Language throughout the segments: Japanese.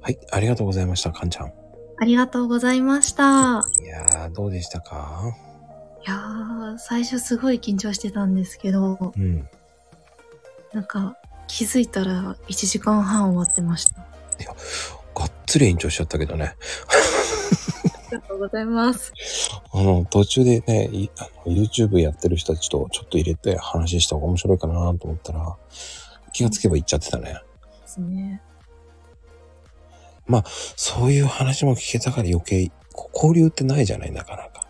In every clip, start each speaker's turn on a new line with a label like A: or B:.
A: はい、ありがとうございました、かんちゃん。
B: ありがとうございました。
A: いやー、どうでしたか
B: いやー、最初すごい緊張してたんですけど、
A: うん。
B: なんか気づいたら1時間半終わってました。あ
A: がっつり延長しちゃったけどね。
B: りがとうございます。
A: あの、途中でね、いあの YouTube やってる人たちとちょっと入れて話した方が面白いかなと思ったら、気がつけば行っちゃってたね。
B: ですね。
A: そういう話も聞けたから余計、こ交流ってないじゃない、なかなか。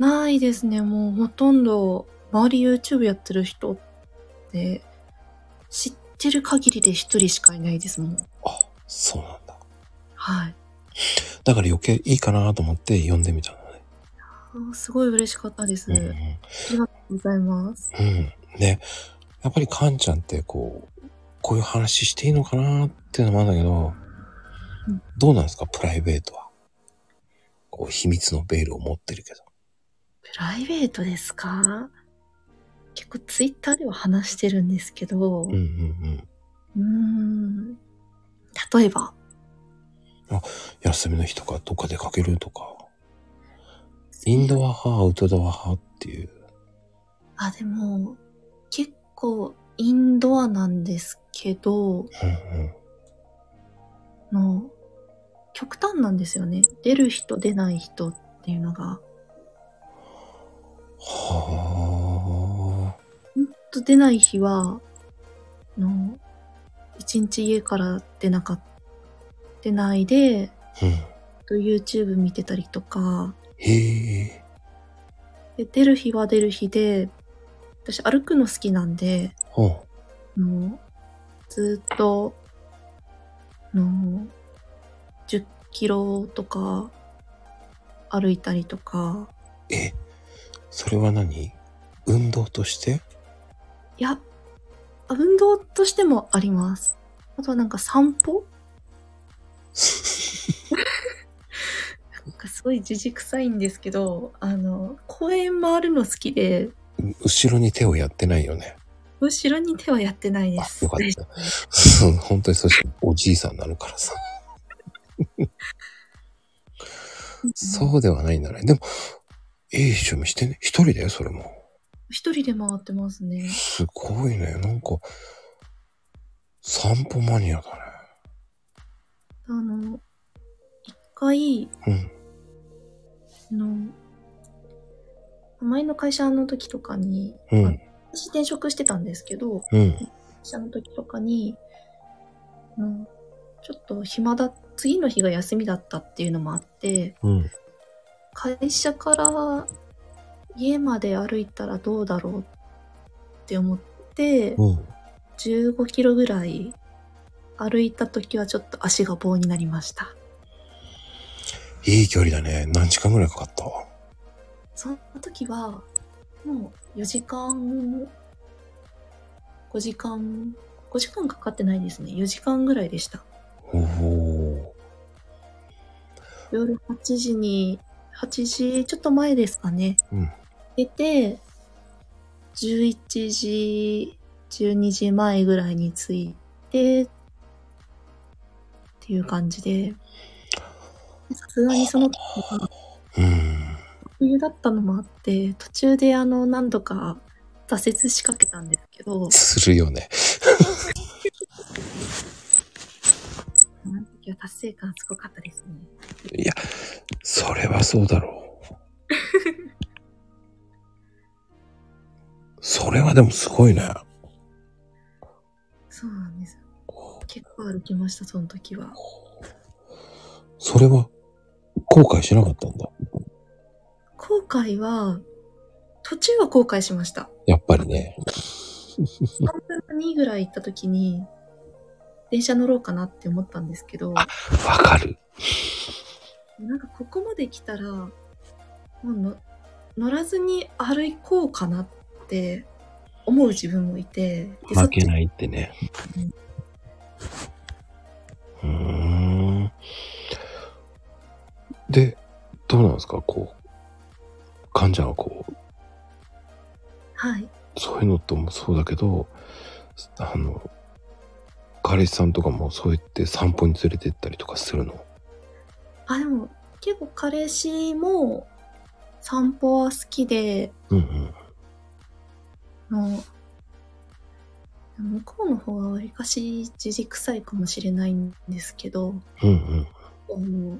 B: ないですね。もうほとんど周り YouTube やってる人って知ってる限りで1人しかいないですもん。
A: あ、そうなんだ。
B: はい。
A: だから余計いいかなと思って読んでみたのね。
B: あすごい嬉しかったです。
A: う
B: あ
A: ん、
B: りがとうございます。
A: うん。うん。で、やっぱりカンちゃんってこう、こういう話していいのかなっていうのもあるんだけど
B: うん、
A: どうなんですか、プライベートは。こう、秘密のベールを持ってるけど。
B: プライベートですか結構ツイッターでは話してるんですけど、
A: うんうんうん。
B: うーん例えば、
A: 休みの日とかどっか出かけるとかインドア派アウトドア派っていう
B: あ、でも、結構インドアなんですけど、
A: うんうん
B: の、極端なんですよね。出る人、出ない人っていうのが、
A: は
B: ほんと出ない日は、の、一日家から出なかっ出ないで、
A: あうん
B: と YouTube 見てたりとか、
A: へえ
B: で出る日は出る日で、私歩くの好きなんで、
A: うん
B: のずーっとの10キロとか歩いたりとか
A: えそれは何運動として
B: いやあ運動としてもありますあとはなんか散歩なんかすごいじじくさいんですけどあの公園回るの好きで
A: 後ろに手をやってないよね
B: 後ろに手はやってないで
A: あ
B: す
A: よかった そう本当にそしておじいさんなのからさそうではないんだねでもいい趣味してね一人だよそれも
B: 一人で回ってますね
A: すごいね。なんか、散歩マニアだ
B: あの一回
A: ね。
B: あの前の会社の時とかに
A: うん。うん。
B: 私転職してたんですけど、
A: うん。
B: 会社の時とかに、うん、ちょっと暇だ、次の日が休みだったっていうのもあって、
A: うん。
B: 会社から家まで歩いたらどうだろうって思って、
A: うん。
B: 15キロぐらい歩いた時はちょっと足が棒になりました。
A: いい距離だね。何時間ぐらいかかった
B: その時は、もう4時間、5時間、5時間かかってないですね。4時間ぐらいでした。
A: おお
B: 夜8時に、8時ちょっと前ですかね。
A: うん
B: 出て、11時、12時前ぐらいに着いて、っていう感じで、さすがにその時は
A: ー。うん。
B: 冬だったのもあって、途中であの、何度か挫折しかけたんですけど、
A: するよね。
B: あの時は達成感すごかったですね。
A: いや、それはそうだろ う。それはでもすごいね。
B: そうなんです。結構歩きました、その時は。
A: それは、後悔しなかったんだ。
B: 後悔は、途中は後悔しました。
A: やっぱりね。
B: 3分の2ぐらい行った時に、電車乗ろうかなって思ったんですけど、
A: わかる。
B: なんかここまで来たら、もうの乗らずに歩こうかなって思う自分もいて、でそ
A: 負
B: っ
A: け
B: ち
A: ないってね。うーん。で、どうなんですかこう、患者はこう、
B: はい。
A: そういうのともそうだけど、あの、彼氏さんとかもそうやって散歩に連れてったりとかするの
B: あ、でも、結構彼氏も散歩は好きで、
A: うんうん。
B: の向こうの方はわりかしじじくさいかもしれないんですけど、
A: うんうん。
B: あの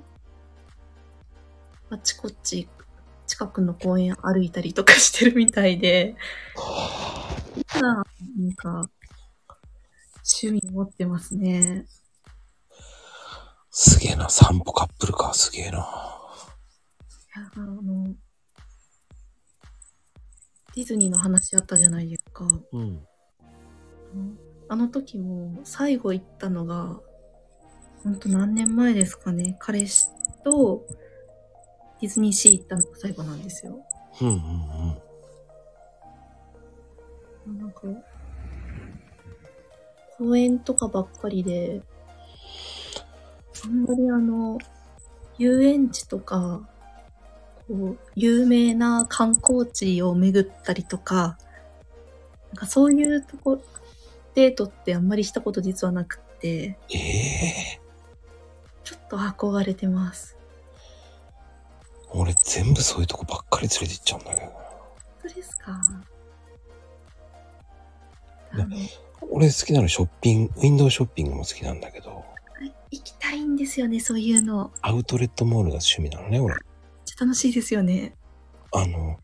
B: あちこち近くの公園歩いたりとかしてるみたいで、まあなんか、趣味持ってますね。
A: すげえな、散歩カップルか、すげえな。
B: いやあの、ディズニーの話あったじゃないですか。
A: うん。
B: あの時も最後行ったのが、ほんと何年前ですかね。彼氏とディズニーシー行ったのが最後なんですよ。
A: うんうんうん。
B: なんか、公園とかばっかりで、あんまりあの、遊園地とか、こう、有名な観光地を巡ったりとか、なんかそういうとこ、デートってあんまりしたこと実はなくって、
A: ええ
B: ちょっと憧れてます。
A: 俺全部そういうとこばっかり連れて行っちゃうんだけどな。
B: 本当ですかあ
A: ね
B: の、
A: 俺好きなのショッピング、ウィンドウショッピングも好きなんだけど、
B: 行きたいんですよね、そういうの。
A: アウトレットモールが趣味なのね、俺。
B: めっちゃ楽しいですよね。
A: あの、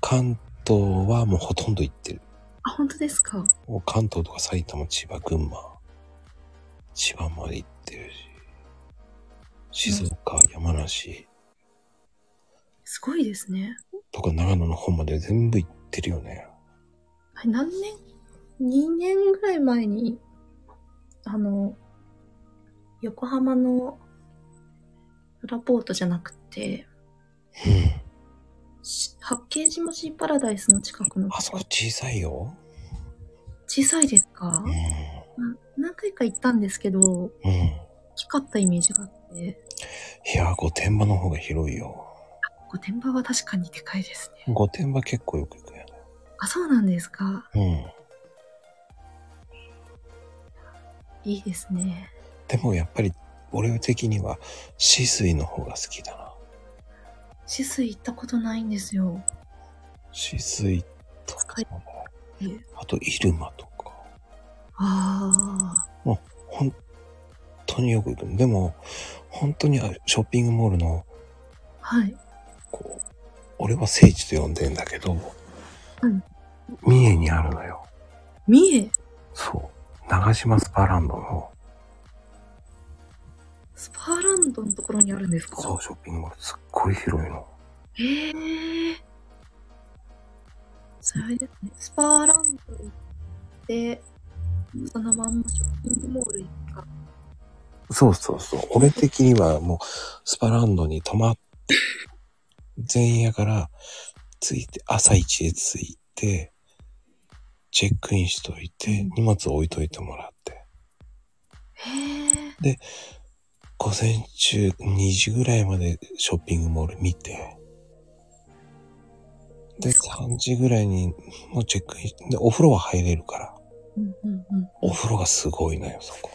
A: 関東はもうほとんど行ってる。
B: あ、本当ですか
A: もう関東とか埼玉、千葉、群馬、千葉まで行ってるし、静岡、山梨
B: すごいですね。
A: とか長野の方まで全部行ってるよね。
B: あれ何年 ?2 年ぐらい前に、あの、横浜のフラポートじゃなくて、
A: うん。
B: し八景島シーパラダイスの近くの
A: あそこ小さいよ。
B: 小さいですか
A: うん。
B: うん何回か行ったんですけど、大
A: うん。
B: きかったイメージがあって、
A: いや、御殿場の方が広いよ。
B: 御殿場は確かにでかいですね。
A: 御殿場結構よく行くよ
B: あ、そうなんですか。
A: ね。うん。
B: いいですね。
A: でもやっぱり、俺的には、止水の方が好きだな。
B: シス行ったことないんですよ。
A: 止水とか、
B: はいえ
A: あと入間とか。
B: ああ、
A: 本当によく行くでも本当にあショッピングモールの
B: はい。
A: こう俺は聖地と呼んでんだけど、
B: うん
A: 三重にあるのよ
B: 三重
A: そう長島スパランドの
B: スパーランドのところにあるんですか
A: そうショッピングモールすっごい広いの
B: へえそれですね。スパーランド行って、そのまんまショッピングモール行くか。
A: そうそうそう俺的にはもうスパランドに泊まって前夜から着いて朝一で着いてチェックインしといて荷物置いといてもらって
B: へえ
A: 午前中2時ぐらいまでショッピングモール見て、で、3時ぐらいにもうチェックインして、で、お風呂は入れるから、
B: うんうんうん。
A: お風呂がすごいのよ、そこ。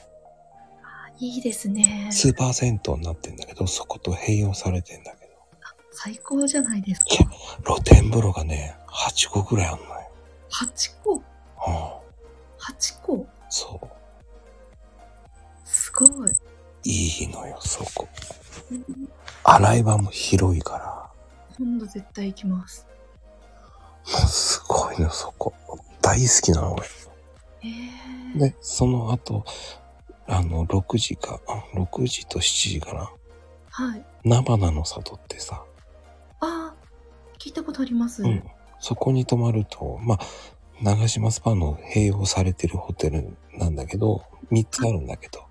B: いいですね。
A: スーパー銭湯になってんだけど、そこと併用されてんだけ
B: 最高じゃないですか。
A: ど、露天風呂がね、8個ぐらいあんのよ。
B: 8個
A: う
B: ?8 個
A: ん、そう。
B: すごい。
A: いいのよ、そこ。
B: うん
A: 洗い場も広いから、
B: 今度絶対行きます。
A: もうすごいのよ、そこ。大好きなの、俺。
B: へえ
A: で、その後、あの、6時か、あ6時と7時かな。
B: はい。
A: 菜花の里ってさ、
B: ああ、聞いたことあります。
A: うん。そこに泊まると、まあ、長島スパの併用されてるホテルなんだけど、3つあるんだけど、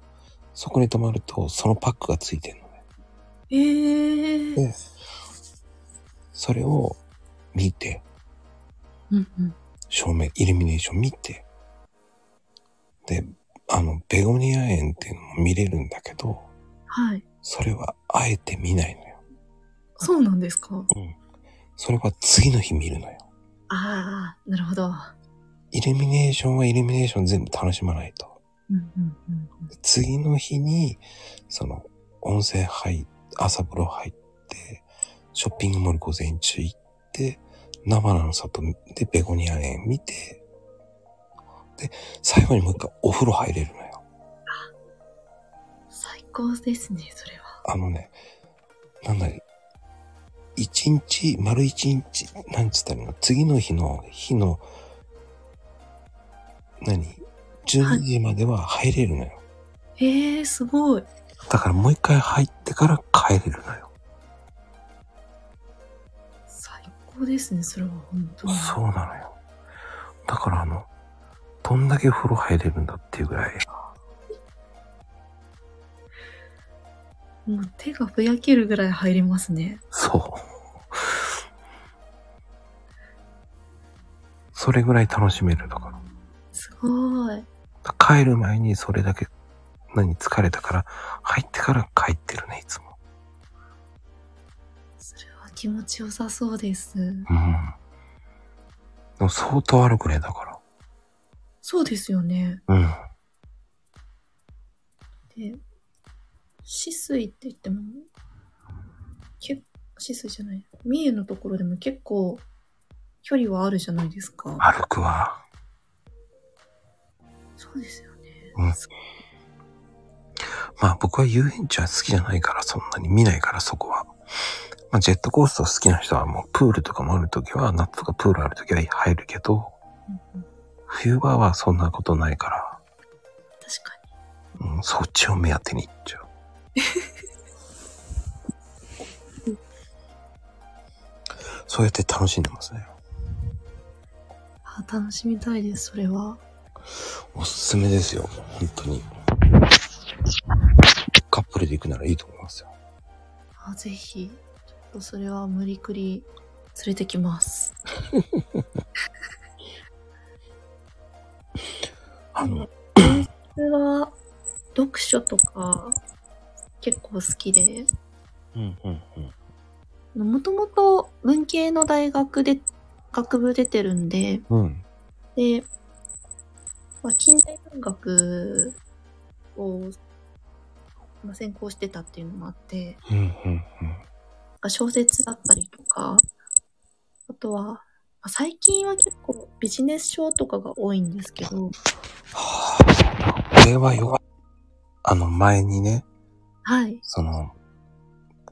A: そこに泊まると、そのパックがついてるのね。
B: ええ
A: でそれを見て、
B: うんうん。
A: 照明、イルミネーション見て、で、あの、ベゴニア園っていうのも見れるんだけど、
B: はい。
A: それはあえて見ないのよ。
B: そうなんですか
A: それは次の日見るのよ。
B: ああ、なるほど。
A: イルミネーションはイルミネーション全部楽しまないと。
B: うんうんうんうん
A: 次の日に、その、温泉入っ、朝風呂入って、ショッピングモール午前中行って、菜花の里でベゴニア園見て、で、最後にもう一回お風呂入れるのよ。
B: 最高ですね、それは。
A: あのね、なんだい一日、丸一日、なんつったらいいの次の日の、日の、何 ?12 時までは入れるのよ。
B: えー、すごい。
A: だからもう一回入ってから帰れるのよ。
B: 最高ですね、それは本当に。
A: そうなのよ。だからあの、どんだけ風呂入れるんだっていうぐらい、
B: もう手がふやけるぐらい入りますね。
A: そう。それぐらい楽しめるだから。
B: すごい。
A: 帰る前にそれだけ何疲れたから入ってから帰ってるねいつも
B: それは気持ちよさそうです。
A: うんでも相当あるぐらいだか
B: そうですよね。
A: らうん
B: で、止水って言っても、け止水じゃない。三重のところでも結構距離はあるじゃないですか。
A: 歩くわ
B: そうですよね。
A: まあ僕は遊園地は好きじゃないからそんなに見ないからそこはまあジェットコースター好きな人はもうプールとかもあるときは夏とかプールあるときは入るけど
B: うんうん
A: 冬場はそんなことないか、
B: 確から
A: うん、そっちを目当てに行っ ちゃうそうやって楽しんでますね
B: に。あ楽しみたいです、それは。
A: おすすめですよ。本当に。カップルで行くならいいと思いますよ。
B: あぜひ、ちょっとそれは無理くり連れてきます。
A: あの、
B: 私は読書とか結構好きで、
A: うんうんうん。
B: もともと文系の大学で、学部出てるんで、
A: うん。
B: で、まあ、近代文学を、まあ、専攻してたっていうのもあって、
A: うんうん
B: なんか小説だったりとか、あとは、まあ最近は結構ビジネス書とかが多いんですけ
A: こ
B: ど、
A: れはよかあの、前にね、
B: はい。
A: その、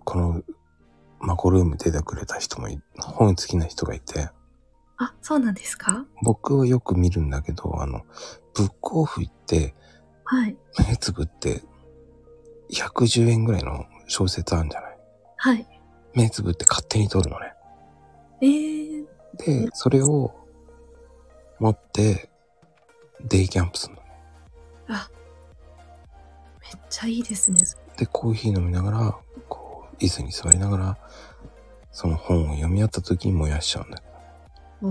A: この、マコルーム出てくれた人もい、本好きな人がいて、
B: あ、そうなんですか
A: 僕はよく見るんだけど、あの、ブックオフ行って、
B: はい。
A: 目つぶって、110円ぐらいの小説あるんじゃない
B: はい。
A: 目つぶって勝手に取るのね。
B: えー、
A: で、それを持って、デイキャンプするの。
B: めっちゃいいですね。
A: で、コーヒー飲みながら、こう、椅子に座りながら、その本を読み合った時に燃やしちゃうんだよ。
B: お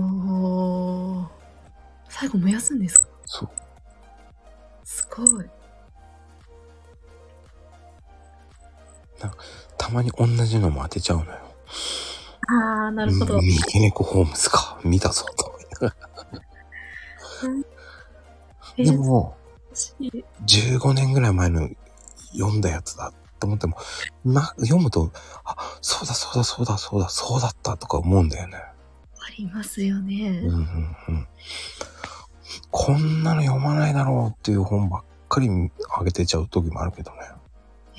B: お。最後燃やすんですか
A: そう。
B: すごい。
A: たまに同じのも当てちゃうのよ。
B: ああ、なるほど。
A: うん三毛猫ホームズか。見たぞ、と思いながら。
B: えー
A: で、も、
B: 私え
A: 15年ぐらい前の読んだやつだと思っても、ま、読むと、あ、そうだそうだそうだそうだそうだったとか思うんだよね。
B: ありますよね。
A: うんうんうんこんなの読まないだろうっていう本ばっかりあげてちゃう時もあるけどね。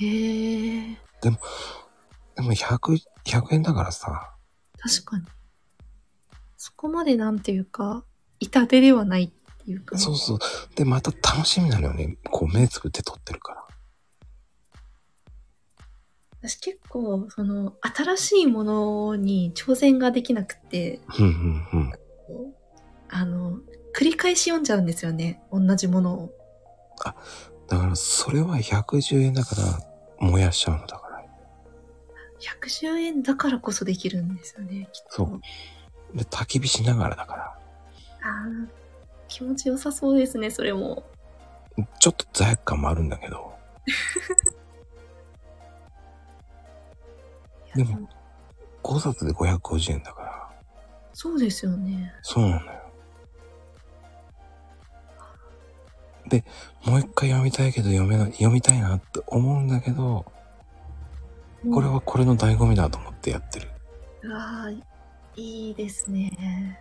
B: えー、
A: でも100、100円だからさ、
B: 確かに。そこまでなんていうか、痛手ではないっていうか。
A: そうそう。で、また楽しみなのよね。こう目つぶって撮ってるから。
B: 私結構、その、新しいものに挑戦ができなくて、
A: うんうんうん。
B: あの、繰り返し読んじゃうんですよね。同じものを。
A: だから、それは110円だから、燃やしちゃうのだから。
B: 110円だからこそできるんですよね、きっと。
A: そうで、焚き火しながらだから。
B: あー気持ちよさそうですね、それも。
A: ちょっと罪悪感もあるんだけど。でも、5冊で550円だから。
B: そうですよね。
A: そうなのよ。で、もう一回読みたいけど読めない、読みたいなって思うんだけど、これはこれの醍醐味だと思ってやってる。
B: うわあいいですね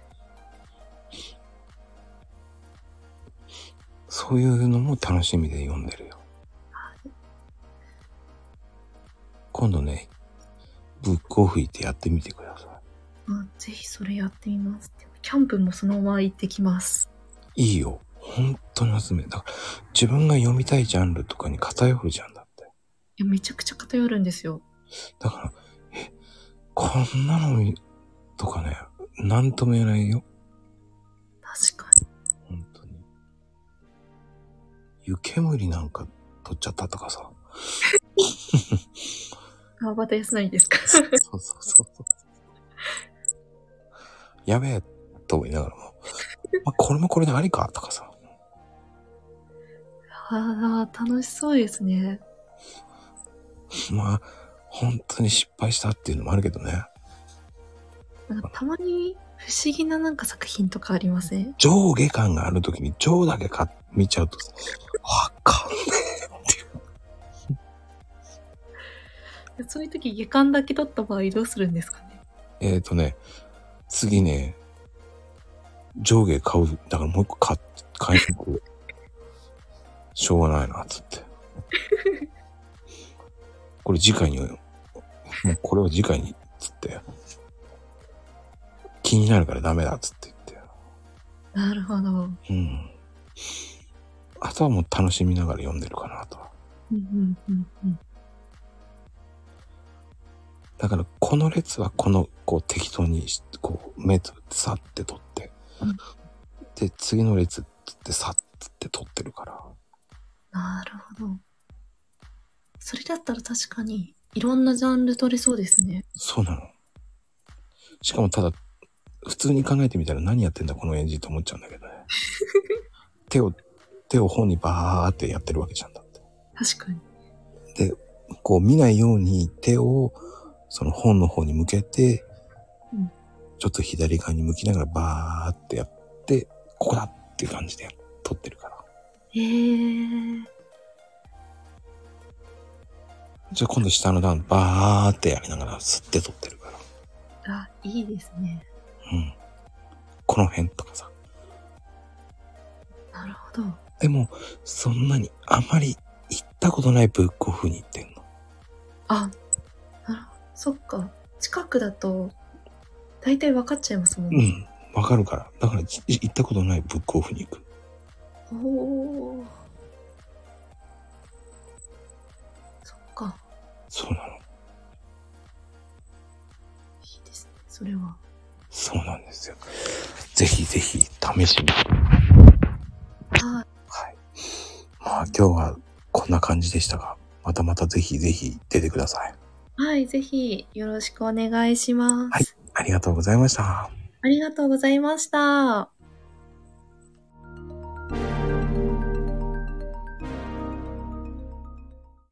A: そういうのも楽しみで読んでるよ。今度ね、ブックオフ行ってやってみてくださ
B: あぜひそれやってみますキャンプもそのまま行ってきます
A: い。いいよ。本当におすすめ。だから、自分が読みたいジャンルとかに偏るじゃんだって。
B: いやめちゃくちゃ偏るんですよ
A: だから、え、こんなのみ、とかね、なんとも言えないよ。
B: 確か
A: 本当に。湯煙なんか取っちゃったとかさ。
B: にあまた安ないですか
A: そうそうそうそう。やべえ、と思いながらも。まあ、これもこれでありかとかさ。
B: ああ楽しそうですね
A: まあ、本当に失敗したっていうのもあるけどね。
B: なんかたまに不思議ななんか作品とかありません
A: 上下感があるときに上だけか見ちゃうとさ、わかんない。
B: そういう時下巻だけ取った場合どうするんですかね
A: えっ、ー、とね、次ね、上下買う。だからもう一個買っ、買いに行く。しょうがないな、つって。これ次回に、もうこれは次回に、つって。気になるからダメだ、つって言っ
B: なるほど、うん
A: て。うん。あとはもう楽しみながら読んでるかなとは。
B: うんうんうん、
A: だからこの列はこのこう適当にしこう目つぶってさって取って、
B: うん
A: で次の列つってさって取ってるから
B: なるほどそれだったら確かにいろんなジャンル取れそうですね
A: そうなのしかもただ普通に考えてみたら何やってんだこのエンジンと思っちゃうんだけど ね手を手を本にバーってやってるわけじゃんだって
B: 確かに
A: こう見ないように手をその本の方に向けて、
B: うん
A: ちょっと左側に向きながらバーってやって、ここだっていう感じで撮ってるから。
B: へえ
A: じゃあ今度下の段バーってやりながら吸って撮ってるから。
B: あいいですね
A: うん。この辺とかさ。
B: なるほど
A: でも、そんなにあまり行ったことないブックオフに行ってんの。
B: あなるほどそっか近くだと大体分かっちゃいますもん
A: う
B: ね、
A: ん。わかるから。だからじ行ったことないブックオフに行く。
B: おおそっか
A: そうなの。
B: いいですねそれは
A: そうなんですよ。ぜひぜひ試してみて
B: はい
A: はい。まあ今日はこんな感じでしたが、またまたぜひぜひ出てください。
B: はい、ぜひよろしくお願いします。
A: はいありがとうございました。
B: ありがとうございました。